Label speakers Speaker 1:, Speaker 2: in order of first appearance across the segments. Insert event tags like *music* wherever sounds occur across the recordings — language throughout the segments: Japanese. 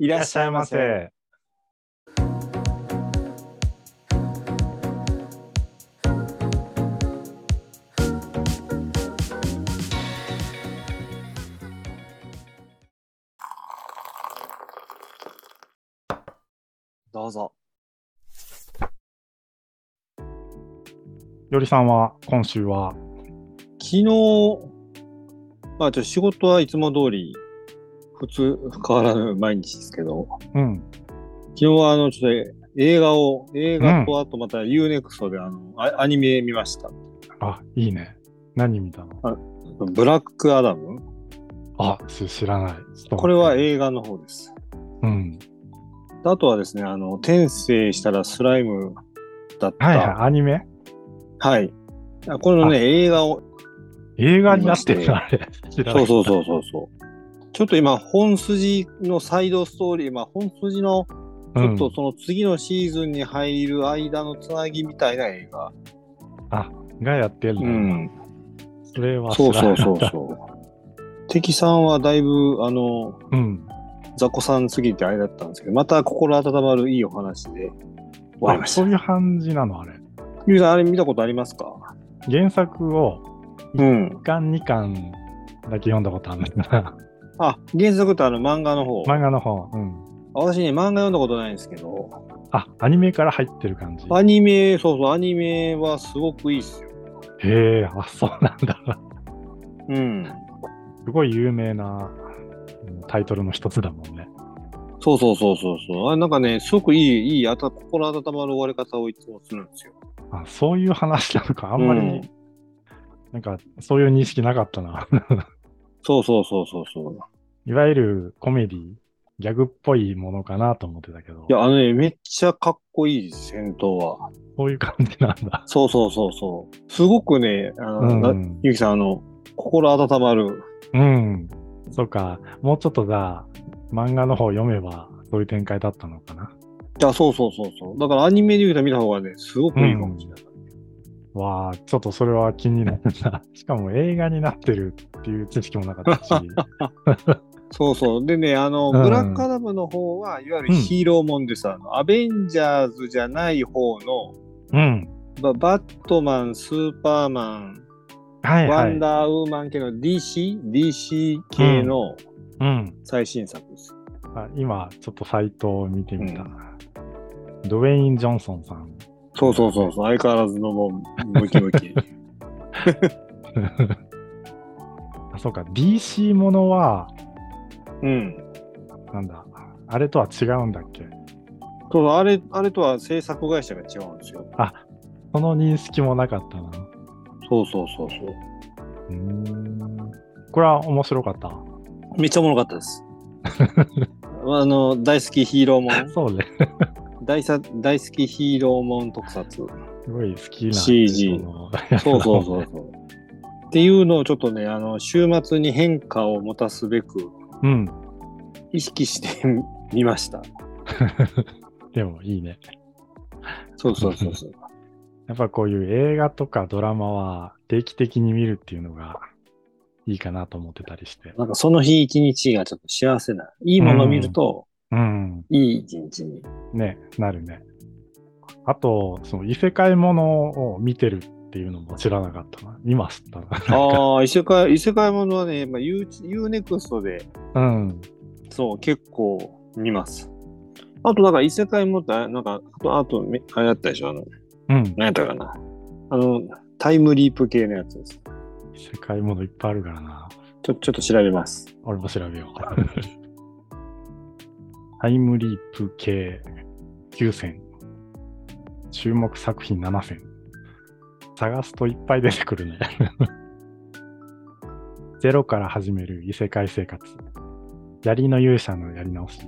Speaker 1: い
Speaker 2: い
Speaker 1: らっしゃいませ。。
Speaker 2: どうぞ。
Speaker 1: よりさんは今週は、
Speaker 2: 昨日、まあちょっと仕事はいつも通り、普通、変わらぬ毎日ですけど、
Speaker 1: うん、
Speaker 2: 昨日はあの、ちょっと映画を、映画とあとまた UNEXT であの、アアニメ見ました。
Speaker 1: あ、いいね。何見たの
Speaker 2: ブラックアダム
Speaker 1: あ、す知らない。ちょっと
Speaker 2: これは
Speaker 1: 待って
Speaker 2: 映画の方です。
Speaker 1: うん。
Speaker 2: あとはですね、あの、転生したらスライムだった。
Speaker 1: はいはい、アニメ
Speaker 2: はい。あこれのね、映画を、
Speaker 1: 映画になってるのあれ。知らな
Speaker 2: そ
Speaker 1: いう
Speaker 2: そうそうそうそう。ちょっと今、本筋のサイドストーリー、まあ、本筋の、ちょっとその次のシーズンに入る間のつなぎみたいな映画。
Speaker 1: うんがやってるの。
Speaker 2: うん。
Speaker 1: それは知
Speaker 2: そう
Speaker 1: ら
Speaker 2: そ
Speaker 1: な
Speaker 2: う
Speaker 1: い。
Speaker 2: そうそう。敵さんはだいぶ、あの、
Speaker 1: うん。
Speaker 2: 雑魚さんすぎてあれだったんですけど、また心温まるいいお話で終わりま
Speaker 1: あ、
Speaker 2: し
Speaker 1: そ
Speaker 2: た。
Speaker 1: ういう感じなの、あれ。
Speaker 2: ゆうさん、あれ見たことありますか
Speaker 1: 原作を
Speaker 2: うん。
Speaker 1: 1巻、2巻だけ読んだことあるんだ
Speaker 2: *laughs*
Speaker 1: な。
Speaker 2: あ、原作ってあの漫画の方。
Speaker 1: 漫画の方。うん。
Speaker 2: 私ね、漫画読んだことないんですけど、
Speaker 1: あ、アニメから入ってる感じ。
Speaker 2: アニメ、そうそう、アニメはすごくいいっすよ。
Speaker 1: へえ、あ、そうなんだ。
Speaker 2: うん。
Speaker 1: すごい有名なうんタイトルの一つだもんね。
Speaker 2: そうそうそうそうそう。あれなんかね、すごくいい、いい、あた心温まる終わり方をいつもするんですよ。
Speaker 1: あそういう話なのか、あんまり、
Speaker 2: うん
Speaker 1: なんかそういう認識なかったな。 *laughs*
Speaker 2: そうそうそうそうそう。
Speaker 1: いわゆるコメディ、ギャグっぽいものかなと思ってたけど
Speaker 2: い、や、あのね、めっちゃかっこいいです、戦闘は。
Speaker 1: そういう感じなんだ。
Speaker 2: そうそうそうそう。すごくね、あの、
Speaker 1: うん
Speaker 2: なゆきさん、あの、心温まる。
Speaker 1: うん。そうか、もうちょっとだ、漫画の方読めば、そういう展開だったのかな。
Speaker 2: いや、そうそうそうそう。だからアニメで言うと見た方がね、すごくいいかもしれない。
Speaker 1: わあ、ちょっとそれは気になる
Speaker 2: *laughs*
Speaker 1: な。しかも映画になってるっていう知識もなかったし。
Speaker 2: そうそう。でね、あの、
Speaker 1: うん
Speaker 2: ブラックアダムの方は、いわゆるヒーローもんでさ、あのアベンジャーズじゃない方の、
Speaker 1: うん。
Speaker 2: ババットマン、スーパーマン、
Speaker 1: はい
Speaker 2: ワ
Speaker 1: は
Speaker 2: ン
Speaker 1: い。
Speaker 2: ダーウーマン系の DC、DC 系の
Speaker 1: うん。
Speaker 2: 最新作です。
Speaker 1: あ今、ちょっとサイトを見てみた。ドウェイン・ジョンソンさん。
Speaker 2: そうそうそうそう、相変わらずのもう、ムキムキ。
Speaker 1: あそうか、DC ものは、
Speaker 2: うん。
Speaker 1: なんだ、あれとは違うんだっけ
Speaker 2: そう、あれ、あれとは制作会社が違うんですよ。
Speaker 1: その認識もなかったな。
Speaker 2: そうそうそうそう
Speaker 1: ーん。これは面白かった。
Speaker 2: う。めっちゃおもろかったです。 *laughs* あの、大好きヒーローもん、
Speaker 1: そうね。
Speaker 2: 大さ大好きヒーローもん特撮。
Speaker 1: すごい好きな。
Speaker 2: CG
Speaker 1: その
Speaker 2: そうそうそう。そう。っていうのをちょっとね、あの、週末に変化を持たすべく、
Speaker 1: うん。
Speaker 2: 意識してみました。
Speaker 1: でもいいね。
Speaker 2: そうそうそうそう。
Speaker 1: やっぱこういう映画とかドラマは定期的に見るっていうのがいいかなと思ってたりして。
Speaker 2: *laughs* なんかその日一日がちょっと幸せな、いいものを見ると、
Speaker 1: うん。
Speaker 2: いい一日に。
Speaker 1: ね、なるね。あと、その異世界ものを見てるっていうのも知らなかったな。今知ったな。
Speaker 2: ああ、異世界、異世界ものはね、まあ、U- UNEXT で、
Speaker 1: うん。
Speaker 2: そう、結構見ます。あと、なんか異世界ものってあれ、なんか、あと、あとめあれだったでしょ、あの、
Speaker 1: うん。
Speaker 2: 何やったかな。あの、タイムリープ系のやつです。
Speaker 1: 異世界ものいっぱいあるからな。
Speaker 2: ちょ、ちょっと調べます。
Speaker 1: 俺も調べよう。タイムリープ系9選。注目作品7選。探すといっぱい出てくるね。 *laughs* ゼロから始める異世界生活。槍の勇者のやり直し。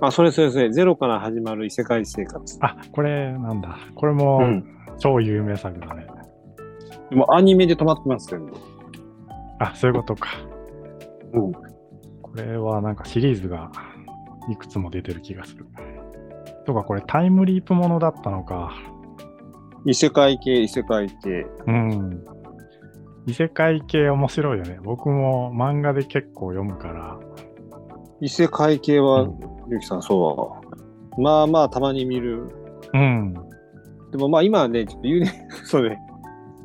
Speaker 2: あ、それそれそれ、ゼロから始まる異世界生活。
Speaker 1: あ、これなんだ。これも
Speaker 2: うん。
Speaker 1: 超有名作だね。
Speaker 2: でもアニメで止まってますけど。
Speaker 1: あ、そういうことか。
Speaker 2: うん。
Speaker 1: これはなんかシリーズがいくつも出てる気がする。とかこれタイムリープものだったのか。
Speaker 2: 異世界系、異世界系。
Speaker 1: うん。異世界系面白いよね。僕も漫画で結構読むから、
Speaker 2: 異世界系
Speaker 1: う
Speaker 2: は
Speaker 1: ん
Speaker 2: ゆきさんそうだなまあまあたまに見る
Speaker 1: うん。
Speaker 2: でもまあ今はねちょっと言うね *laughs* そうね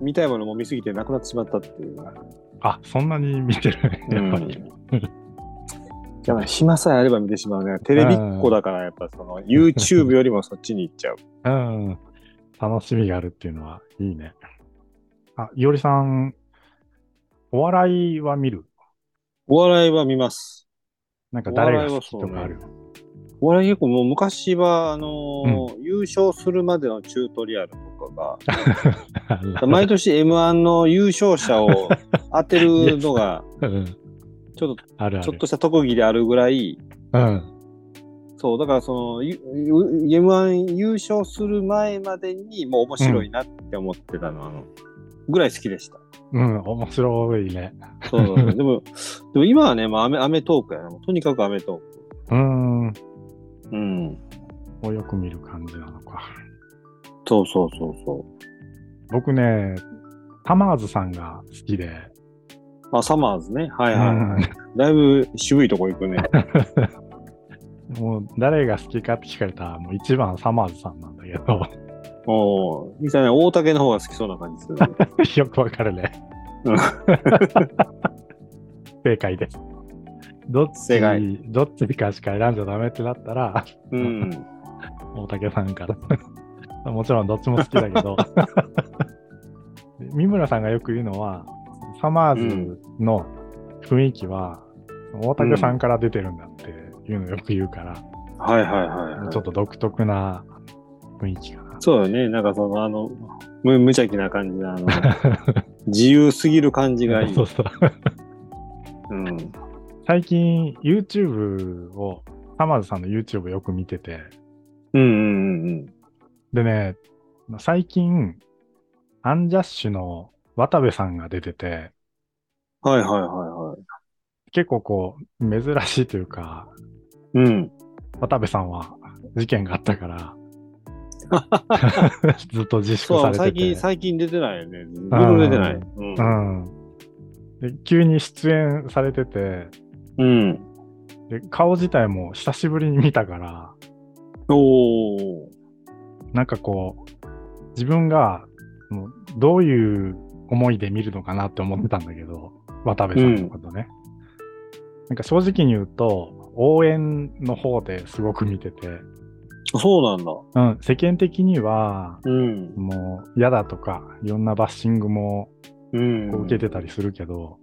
Speaker 2: 見たいものも見すぎてなくなってしまったっていう
Speaker 1: あ、そんなに見てるね、やっぱり。
Speaker 2: うん *laughs* やっぱ暇さえあれば見てしまうねテレビっ子だからやっぱその YouTube よりもそっちに行っちゃう *laughs*
Speaker 1: うん。楽しみがあるっていうのはいいね。あ、いおりさん、お笑いは見る
Speaker 2: お笑いは見ます
Speaker 1: なんか誰が好きとかある。
Speaker 2: お笑い結構もう昔はあのー優勝するまでのチュートリアルとかが *laughs*
Speaker 1: *laughs*
Speaker 2: 毎年 m 1の優勝者を当てるの
Speaker 1: *laughs*
Speaker 2: が
Speaker 1: うん
Speaker 2: ちょっ
Speaker 1: あるある。
Speaker 2: とちょっとした特技であるぐらい
Speaker 1: うん。
Speaker 2: そうだからその m 1優勝する前までにもう面白いなって思ってたの,、あのぐらい好きでした
Speaker 1: うん、面白いね。
Speaker 2: そうそう
Speaker 1: *laughs*
Speaker 2: そうでもでも今はね、まあ、アメアメトークやなもうとにかくアメト
Speaker 1: うん。
Speaker 2: ークうん
Speaker 1: をよく見る感じなのか。
Speaker 2: そうそうそうそ
Speaker 1: 僕ね、タマーズさんが好きで、
Speaker 2: うあサマーズねはいはい、
Speaker 1: うん
Speaker 2: だいぶ渋いとこ行くね *laughs*
Speaker 1: もう誰が好きかって聞かれたら、もう一番サマーズさんなんだけど、 *laughs*
Speaker 2: おおみたいな大竹の方が好きそうな感じ
Speaker 1: *laughs*
Speaker 2: する
Speaker 1: よくわかるね
Speaker 2: うん。
Speaker 1: *laughs* 正解です。どっ
Speaker 2: 正
Speaker 1: ち
Speaker 2: 解、
Speaker 1: どっちかしか選んじゃダメってなったら、
Speaker 2: うん
Speaker 1: 大竹さんから。 *laughs* もちろんどっちも好きだけど。 *laughs* 三村さんがよく言うのは、サマーズの雰囲気は、大竹さんから出てるんだっていうのをよく言うから、
Speaker 2: はいはいはい、はい、
Speaker 1: ちょっと独特な雰囲気かな。
Speaker 2: そうよねなんかそのあの無無邪気な感じのあ
Speaker 1: *laughs*
Speaker 2: の自由すぎる感じがいい
Speaker 1: そうそう。
Speaker 2: うん
Speaker 1: 最近 YouTube を、サマーズさんの YouTube をよく見てて、
Speaker 2: うんうんうんうん。
Speaker 1: でね、最近、アンジャッシュの渡部さんが出てて、
Speaker 2: はいはいはいはい。
Speaker 1: 結構こう、珍しいというか、
Speaker 2: うん。
Speaker 1: 渡部さんは事件があった
Speaker 2: *laughs*
Speaker 1: から、ずっと自粛
Speaker 2: そ
Speaker 1: さ
Speaker 2: う、
Speaker 1: れ
Speaker 2: 最
Speaker 1: てて
Speaker 2: 近、。最近出てないよね。ずっと出てない。うん
Speaker 1: う。ん。で急に出演されてて
Speaker 2: うん。
Speaker 1: で、顔自体も久しぶりに見たから、
Speaker 2: おー。
Speaker 1: なんかこう、自分がもうどういう思いで見るのかなって思ってたんだけど、渡部さんのことね。なんか正直に言うと、応援の方ですごく見てて、
Speaker 2: そうなんだ。
Speaker 1: うん、世間的には、
Speaker 2: うん。
Speaker 1: もう嫌だとか、いろんなバッシングも
Speaker 2: うん。
Speaker 1: こう受けてたりするけど、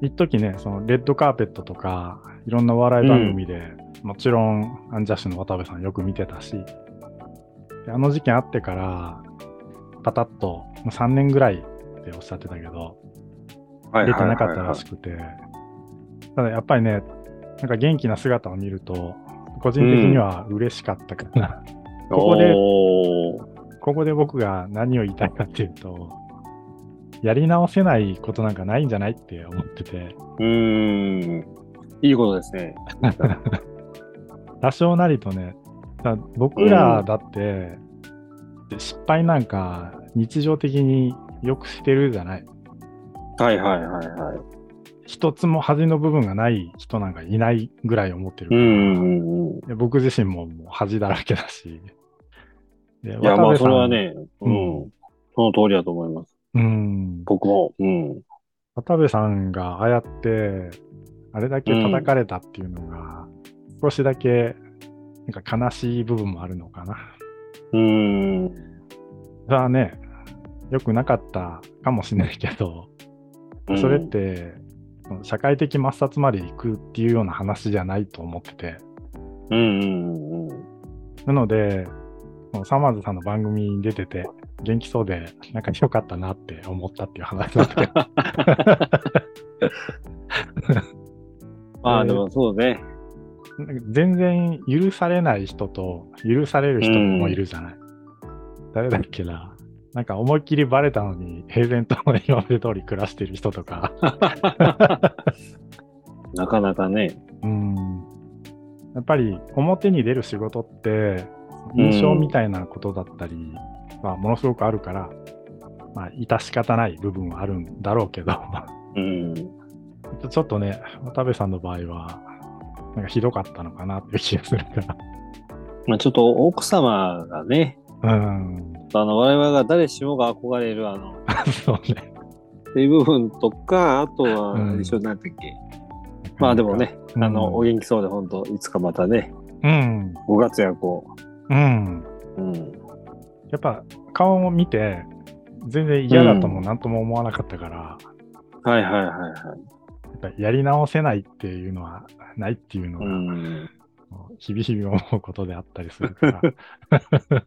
Speaker 1: 一時ね、そのレッドカーペットとか、いろんなお笑い番組で、もちろんアンジャッシュの渡部さんよく見てたし、であの事件あってから、パタッとまあ3年ぐらいっておっしゃってたけど、
Speaker 2: はいはいはい
Speaker 1: 出て
Speaker 2: はい
Speaker 1: なかったらしくて、ただやっぱりね、なんか元気な姿を見ると、個人的には嬉しかったかな。ここで
Speaker 2: おー
Speaker 1: ここで僕が何を言いたいかっていうと、やり直せないことなんかないんじゃないって思ってて、
Speaker 2: うーん。いいことですね。
Speaker 1: 多少なりとね、だ僕らだって、失敗なんか日常的によくしてるじゃない。
Speaker 2: はいはいはいはい。
Speaker 1: 一つも恥の部分がない人なんかいないぐらい思ってる
Speaker 2: う
Speaker 1: から、
Speaker 2: んうんうん。
Speaker 1: で僕自身ももう恥だらけだし。で
Speaker 2: いや、
Speaker 1: 渡
Speaker 2: まあ、
Speaker 1: 部さ
Speaker 2: そ
Speaker 1: ん
Speaker 2: れはね、う。
Speaker 1: うん
Speaker 2: その通りだと思います。
Speaker 1: うん、
Speaker 2: 僕も。うん。
Speaker 1: 渡部さんがああやって、あれだけ叩かれたっていうのが、少しだけなんか悲しい部分もあるのかな。
Speaker 2: うん。
Speaker 1: それはね、良くなかったかもしれないけど、
Speaker 2: うん
Speaker 1: それって、社会的抹殺まで行くっていうような話じゃないと思ってて、
Speaker 2: うんうんうんうん。
Speaker 1: なので、もうサマーズさんの番組に出てて、元気そうで、なんか良かったなって思ったっていう話なんだけど、
Speaker 2: ま
Speaker 1: え
Speaker 2: あ
Speaker 1: ー
Speaker 2: でもそうね。
Speaker 1: なんか全然許されない人と許される人もいるじゃない。誰だっけな。なんか思いっきりバレたのに平然と今まで通り暮らしてる人
Speaker 2: *laughs*
Speaker 1: とか。
Speaker 2: なかなかね。
Speaker 1: うん。やっぱり表に出る仕事って印象みたいなことだったりはものすごくあるから、まあ致し方ない部分はあるんだろうけど、 *laughs*
Speaker 2: うん。
Speaker 1: ちょっとね、渡部さんの場合は、なんかひどかったのかなっていう気がするか
Speaker 2: まあ、ちょっと奥様がね、
Speaker 1: ら。うん。 *laughs*
Speaker 2: あの我々が誰しもが憧れるあの、
Speaker 1: そうね。
Speaker 2: っていう部分とか、あとは
Speaker 1: うん
Speaker 2: 一緒になったっけ、まあでもね、
Speaker 1: うん、
Speaker 2: あの、お元気そうで、本当いつかまたね、
Speaker 1: うん。
Speaker 2: ご活躍を。
Speaker 1: うん。
Speaker 2: うん。
Speaker 1: やっぱ顔も見て、全然嫌だとも何とも思わなかったから、
Speaker 2: はいはいはいはい。
Speaker 1: やっぱやり直せないっていうのはないっていうのが、
Speaker 2: うん。
Speaker 1: 日々日々思うことであったりする
Speaker 2: *laughs*
Speaker 1: から。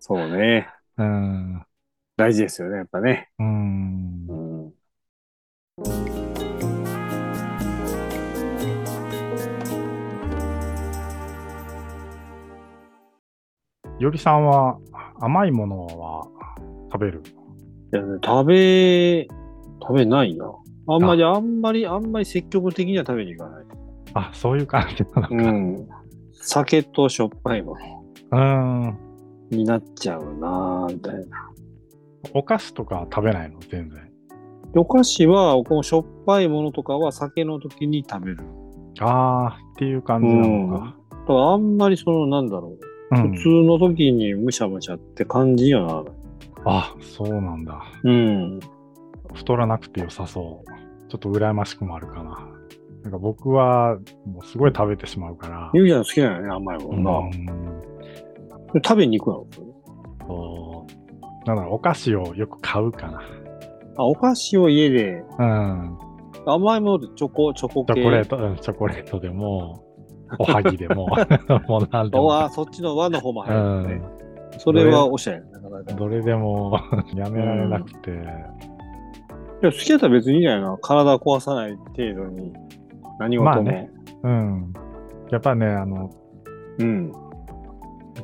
Speaker 2: そうね。
Speaker 1: うん。
Speaker 2: 大事ですよね、やっぱね。
Speaker 1: うん。
Speaker 2: うん。
Speaker 1: よりさんは甘いものは食べる
Speaker 2: いやね食べ、食べないな。あんまり、あんまり、あんまり積極的には食べに行かない。
Speaker 1: あ、そういう感じなのか。
Speaker 2: うん。酒としょっぱいもの
Speaker 1: うん。
Speaker 2: になっちゃうなぁみたいな。
Speaker 1: お菓子とか食べないの全然。
Speaker 2: お菓子は、このしょっぱいものとかは酒の時に食べる。
Speaker 1: あーっていう感じなのか。
Speaker 2: だからあんまりその、なんだろ
Speaker 1: う
Speaker 2: う。
Speaker 1: ん
Speaker 2: 普通の時にむしゃむしゃって感じにはならない。
Speaker 1: あ、そうなんだ。
Speaker 2: うん。
Speaker 1: 太らなくて良さそう。ちょっと羨ましくもあるかな。なんか僕はもうすごい食べてしまうから。
Speaker 2: ゆうちゃん好きだよね、甘いも
Speaker 1: うん
Speaker 2: のな。で食べに行くの
Speaker 1: そうなんだろう、お菓子をよく買うか
Speaker 2: あ、お菓子を家で、
Speaker 1: な。うん。
Speaker 2: 甘いものってチョコ、チョコ
Speaker 1: チ
Speaker 2: 系。
Speaker 1: ョコレート、うん、チョコレートでも、おはぎで *laughs* も、もう何で
Speaker 2: あ
Speaker 1: も。
Speaker 2: わそっちの和の方も
Speaker 1: う
Speaker 2: 入るのね。
Speaker 1: ん。
Speaker 2: それはおしゃれなかなか。い
Speaker 1: どれでもやめられなくて、
Speaker 2: や、好きだったら別にいいんじゃないの体を壊さない程度に。何事も。
Speaker 1: まあねうん。やっぱね、あの、
Speaker 2: うん。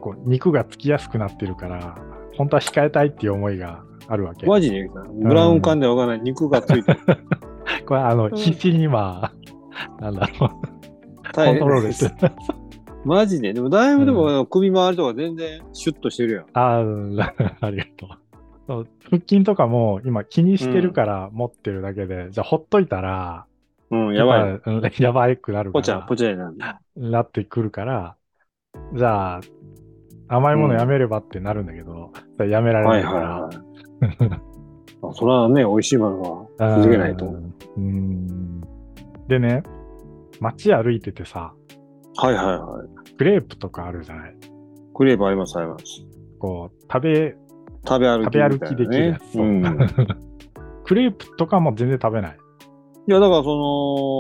Speaker 1: こう肉がつきやすくなってるから、本当は控えたいっていう思いがあるわけ。
Speaker 2: マジでブラウン管ではわからない。肉がついてる。
Speaker 1: これ、あの、
Speaker 2: ん
Speaker 1: 必死に今、なんだろう、
Speaker 2: コ
Speaker 1: コントロールして。。
Speaker 2: *laughs* マジで。でもだいぶでも、
Speaker 1: う
Speaker 2: 首周りとか全然シュッとしてるやん。
Speaker 1: あー *laughs* ありがとう。そう腹筋とかも今気にしてるから持ってるだけで、じゃあほっといたら、
Speaker 2: うん、やばい。
Speaker 1: い。うん *laughs* やばいくなるか
Speaker 2: ポチャ、
Speaker 1: ら
Speaker 2: ポ、チャになる。
Speaker 1: なってくるから、じゃあ、甘いものやめればってなるんだけど、やめられ
Speaker 2: は
Speaker 1: な
Speaker 2: はい
Speaker 1: いいから、
Speaker 2: はい。あそれはね、美味しいものは続けないと。
Speaker 1: うんうんでね、街歩いててさ、
Speaker 2: はいはいはい。
Speaker 1: クレープとかあるじゃない。
Speaker 2: クレープあります、あります。
Speaker 1: こう、食べ、
Speaker 2: 食べ歩きみたいな、ね。
Speaker 1: 食べ歩きできるやつ
Speaker 2: うん。い
Speaker 1: クレープとかも全然食べない。
Speaker 2: や、だからそ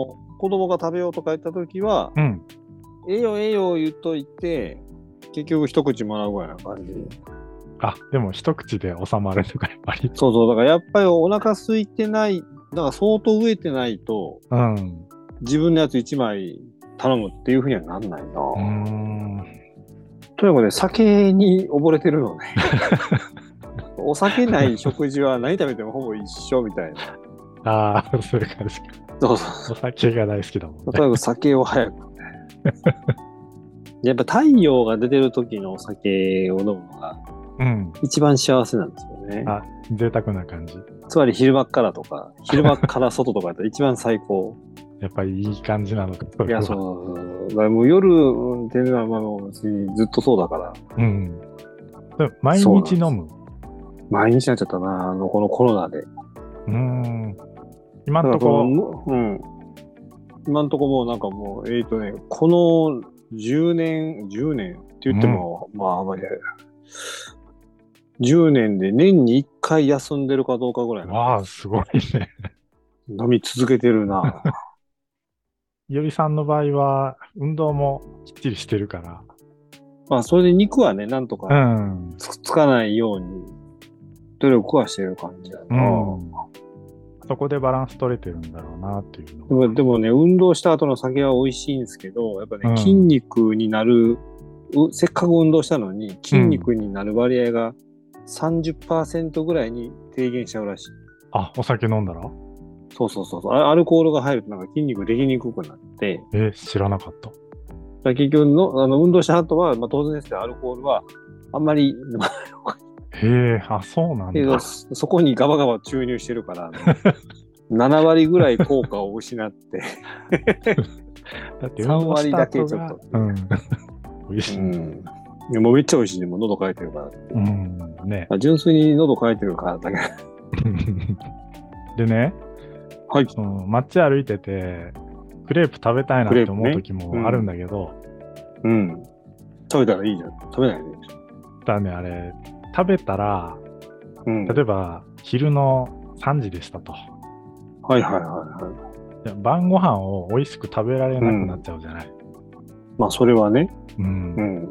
Speaker 2: の、子供が食べようとか言った時は、
Speaker 1: うん。
Speaker 2: ええよええよ言っといて、結局一口もらうぐらいな感じ。
Speaker 1: あ、でも一口で収まるとか、やっぱり。
Speaker 2: そうそう、だからやっぱりお腹空いてない、だから相当飢えてないと、
Speaker 1: うん。
Speaker 2: 自分のやつ一枚頼むっていうふうにはなんないな。
Speaker 1: うーん。
Speaker 2: とにかくね、酒に溺れてるのね。 *laughs* お酒ない食事は何食べてもほぼ一緒みたいな。
Speaker 1: ああ、そういう感じか。
Speaker 2: そうそう。
Speaker 1: お酒が大好きだもんね
Speaker 2: とに。かく酒を早く。 *laughs* やっぱ太陽が出てる時のお酒を飲むのが
Speaker 1: うん。
Speaker 2: 一番幸せなんですよね。
Speaker 1: あ贅沢な感じ。
Speaker 2: つまり昼間からとか、昼間から外とかやったら一番最高。
Speaker 1: やっぱりいい感じなのか。そ
Speaker 2: い
Speaker 1: れは
Speaker 2: や、そうそうそう。だからもう夜うんっていうのは、まあもう別にずっとそうだから、
Speaker 1: うん。でも毎
Speaker 2: そうなんで
Speaker 1: 日
Speaker 2: す
Speaker 1: 飲む。
Speaker 2: 毎日になっちゃったな、あの、このコロナで。
Speaker 1: うーん。今
Speaker 2: だから
Speaker 1: んと
Speaker 2: こ
Speaker 1: こ、
Speaker 2: の、うん。今んとこもうなんかもう、えっ、とね、この10年、10年って言っても、まああんまり、10年で年に1回休んでるかどうかぐらいな
Speaker 1: わあ、すごいね。
Speaker 2: 飲み続けてるな。
Speaker 1: いよりさんの場合は、運動もきっちりしてるか
Speaker 2: まあそれで肉はね、なんとか、
Speaker 1: ら。うん。
Speaker 2: つつかないように努力はしてる感じだ
Speaker 1: う
Speaker 2: な、
Speaker 1: ん。そこでバランス取れてるんだろうなっていうの
Speaker 2: で
Speaker 1: が。
Speaker 2: もでもね運動した後の酒は美味しいんですけどやっぱね、
Speaker 1: うん
Speaker 2: 筋肉になるうせっかく運動したのに筋肉になる割合が30%ぐらいに低減しちゃうらしい、
Speaker 1: あ、お酒飲んだら
Speaker 2: そうそうそうそうアアルコールが入るとなんか筋肉できにくくなって
Speaker 1: え、知らなかった。
Speaker 2: だから結局のあの運動した後は、まあ、当然ですけどアルコールはあんまり、まあ
Speaker 1: へえ、あ、そうな
Speaker 2: *laughs*
Speaker 1: ん
Speaker 2: けど
Speaker 1: だ。
Speaker 2: *laughs* そそこにガバガバ注入してるからあの7割ぐらい効果をを失って、
Speaker 1: だって
Speaker 2: 3割だけちょっと
Speaker 1: 運動した後がうん。美味しい。
Speaker 2: ん、でもめっちゃ美味しいでもう喉乾いてるから
Speaker 1: うん。ね。 *laughs*
Speaker 2: あ純粋に喉乾いてるからだけど
Speaker 1: でね、
Speaker 2: はい
Speaker 1: その街歩いてて、クレープ食べたいなって思う時もあるんだけど、
Speaker 2: うん食べたらいいじゃん食べないで
Speaker 1: ただね、あれ、食べたら、
Speaker 2: うん
Speaker 1: 例えば昼の3時でしたと。
Speaker 2: はいはいはいはい
Speaker 1: いや晩ご飯を美味しく食べられなくなっちゃうじゃない。
Speaker 2: まあそれはね
Speaker 1: うん。
Speaker 2: うん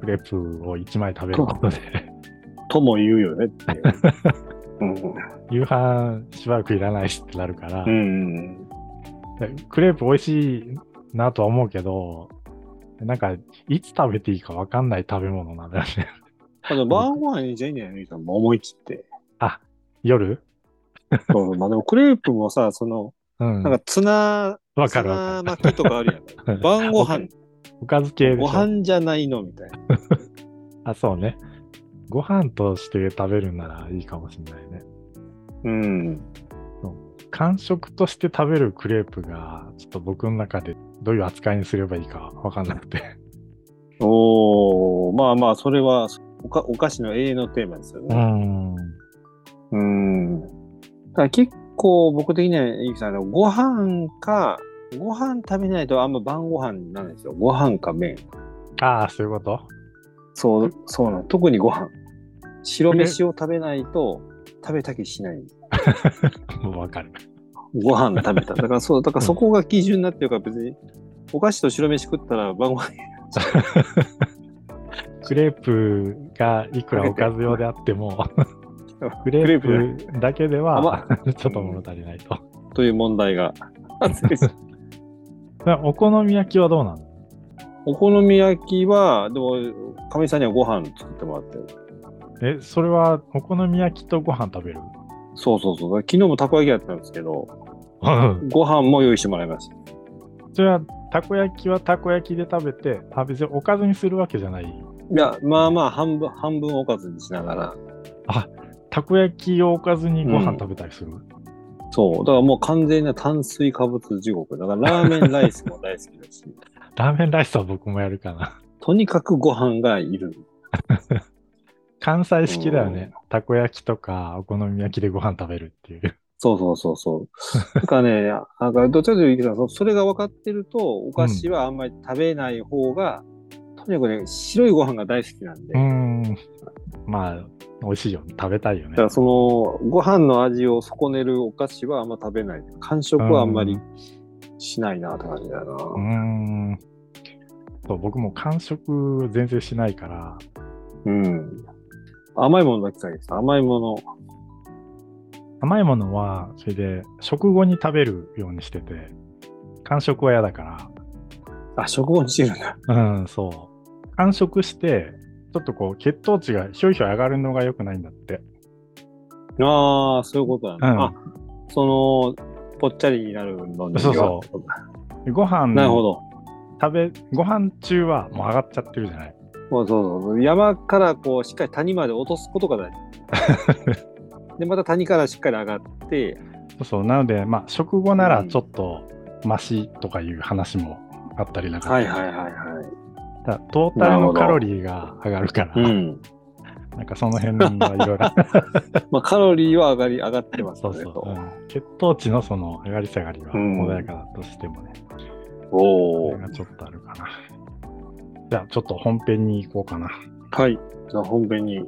Speaker 1: クレープを1枚食べることで、
Speaker 2: とも言うよねっていう *laughs* うん
Speaker 1: 夕飯しばらくいらないしってなるから、
Speaker 2: うん
Speaker 1: でクレープ美味しいなとは思うけど、なんか、いつ食べていいかわかんない食べ物なんだよね。 *laughs*
Speaker 2: あの晩ご飯にじゃいいんじゃないのゆうたんも思い切って。
Speaker 1: 夜
Speaker 2: そうまあでもクレープもさ、その、
Speaker 1: うん。
Speaker 2: なんかツナ、
Speaker 1: わ
Speaker 2: ツ
Speaker 1: かるわ
Speaker 2: ナ
Speaker 1: かる。
Speaker 2: 巻きとかあるやん。 *laughs* 晩ご飯、
Speaker 1: おかず系でしょ
Speaker 2: ご飯じゃないのみたいな。
Speaker 1: あ、そうね。ご飯として食べるならいいかもしれないね。
Speaker 2: うん。
Speaker 1: 間食として食べるクレープが、ちょっと僕の中でどういう扱いにすればいいかわかんなくて。
Speaker 2: おおまあまあ、それはおか、お菓子の永遠のテーマですよ
Speaker 1: う
Speaker 2: ね。
Speaker 1: ん。
Speaker 2: うん。だから結構僕的には、ゆきさん、あのご飯か、ご飯食べないとあんま晩ご飯になるんですよ。ご飯か麺。
Speaker 1: *laughs* ああ、そういうこと *laughs*
Speaker 2: そう、そうなの。特にご飯。白飯を食べないと食べた気しないんです
Speaker 1: もうわかる。
Speaker 2: ご飯食べた。だからそう、だからそこが基準になってるから別に、お菓子と白飯食ったら晩ご飯
Speaker 1: クレープがいくらおかず用であって *laughs* も、ク
Speaker 2: クレ
Speaker 1: レ
Speaker 2: ープ
Speaker 1: ープだけでは *laughs* ちょっと物足りないと。
Speaker 2: という問題が。 *laughs*
Speaker 1: だからお好み焼きはどうなの
Speaker 2: お好み焼きは、でも、かみさんにはご飯作ってもらってる。
Speaker 1: え、それはお好み焼きとご飯食 *laughs* べる
Speaker 2: そうそうそう。昨日もたこ焼きやったんですけど、
Speaker 1: うん
Speaker 2: ご飯も用意してもらいました。
Speaker 1: それはたこ焼きはたこ焼きで食べて、あ別におかずにするわけじゃない。
Speaker 2: いや、まあまあ、半分、半分おかずにしながら。
Speaker 1: たこ焼きをおかずにご飯食べたりする、
Speaker 2: そう。だからもう完全な炭水化物地獄。だからラーメンライスも大好き *laughs* だし、
Speaker 1: ラーメンライスは僕もやるかな。
Speaker 2: とにかくご飯がいる。
Speaker 1: 関西式だよね。たこ焼きとかお好み焼きでご飯食べるっていう。
Speaker 2: そうそうそうそう。なんかね、なんかどっちかというとゆきさんそ、それが分かってると、お菓子はあんまり食べない方が、とにかくね、白いご飯が大好きなんで、
Speaker 1: うー
Speaker 2: だ
Speaker 1: ん。まあ、美味しいよね。食べたいよね
Speaker 2: か。らその、ご飯の味を損ねるお菓子はあんま食べない。完食はあんまりしないなって感じだな。
Speaker 1: うーん。そう、僕も完食全然しないから、
Speaker 2: うん。甘いものだけかいです。甘いもの。
Speaker 1: 甘いものは、それで、食後に食べるようにしてて、完食は嫌だか
Speaker 2: あ、食後にしてるんだ。
Speaker 1: ら、うん、そう。完食して、ちょっとこう、血糖値がひょいひょい上がるのが良くないんだって。
Speaker 2: ああ、そういうことなんだ。
Speaker 1: うん
Speaker 2: あ、その、ぽっちゃりになるのには
Speaker 1: そうそう
Speaker 2: ってことだ
Speaker 1: ご飯、
Speaker 2: なるほど。
Speaker 1: 食べ、ご飯中はもう上がっちゃってるじゃない。
Speaker 2: そうそうそう山からこうしっかり谷まで落とすことが大
Speaker 1: *laughs*
Speaker 2: 事でまた谷からしっかり上がって
Speaker 1: そうそう。なので、まあ、食後ならちょっと、マシとかいう話もあったりだから、
Speaker 2: はいはいはいは
Speaker 1: だからトータルのカロリーが上がるから、
Speaker 2: い、
Speaker 1: な
Speaker 2: うん
Speaker 1: んかその辺はいろいろ
Speaker 2: まあ、カロリーは上がり上がってます
Speaker 1: そ
Speaker 2: よ
Speaker 1: う
Speaker 2: ね
Speaker 1: そう、う
Speaker 2: と
Speaker 1: ん血糖値のその上がり下がりは
Speaker 2: うん
Speaker 1: 穏やかだとしてもね、
Speaker 2: お
Speaker 1: そ
Speaker 2: お
Speaker 1: れがちょっとあるかな。じゃあちょっと本編に行こうかな。
Speaker 2: はいじゃあ本編に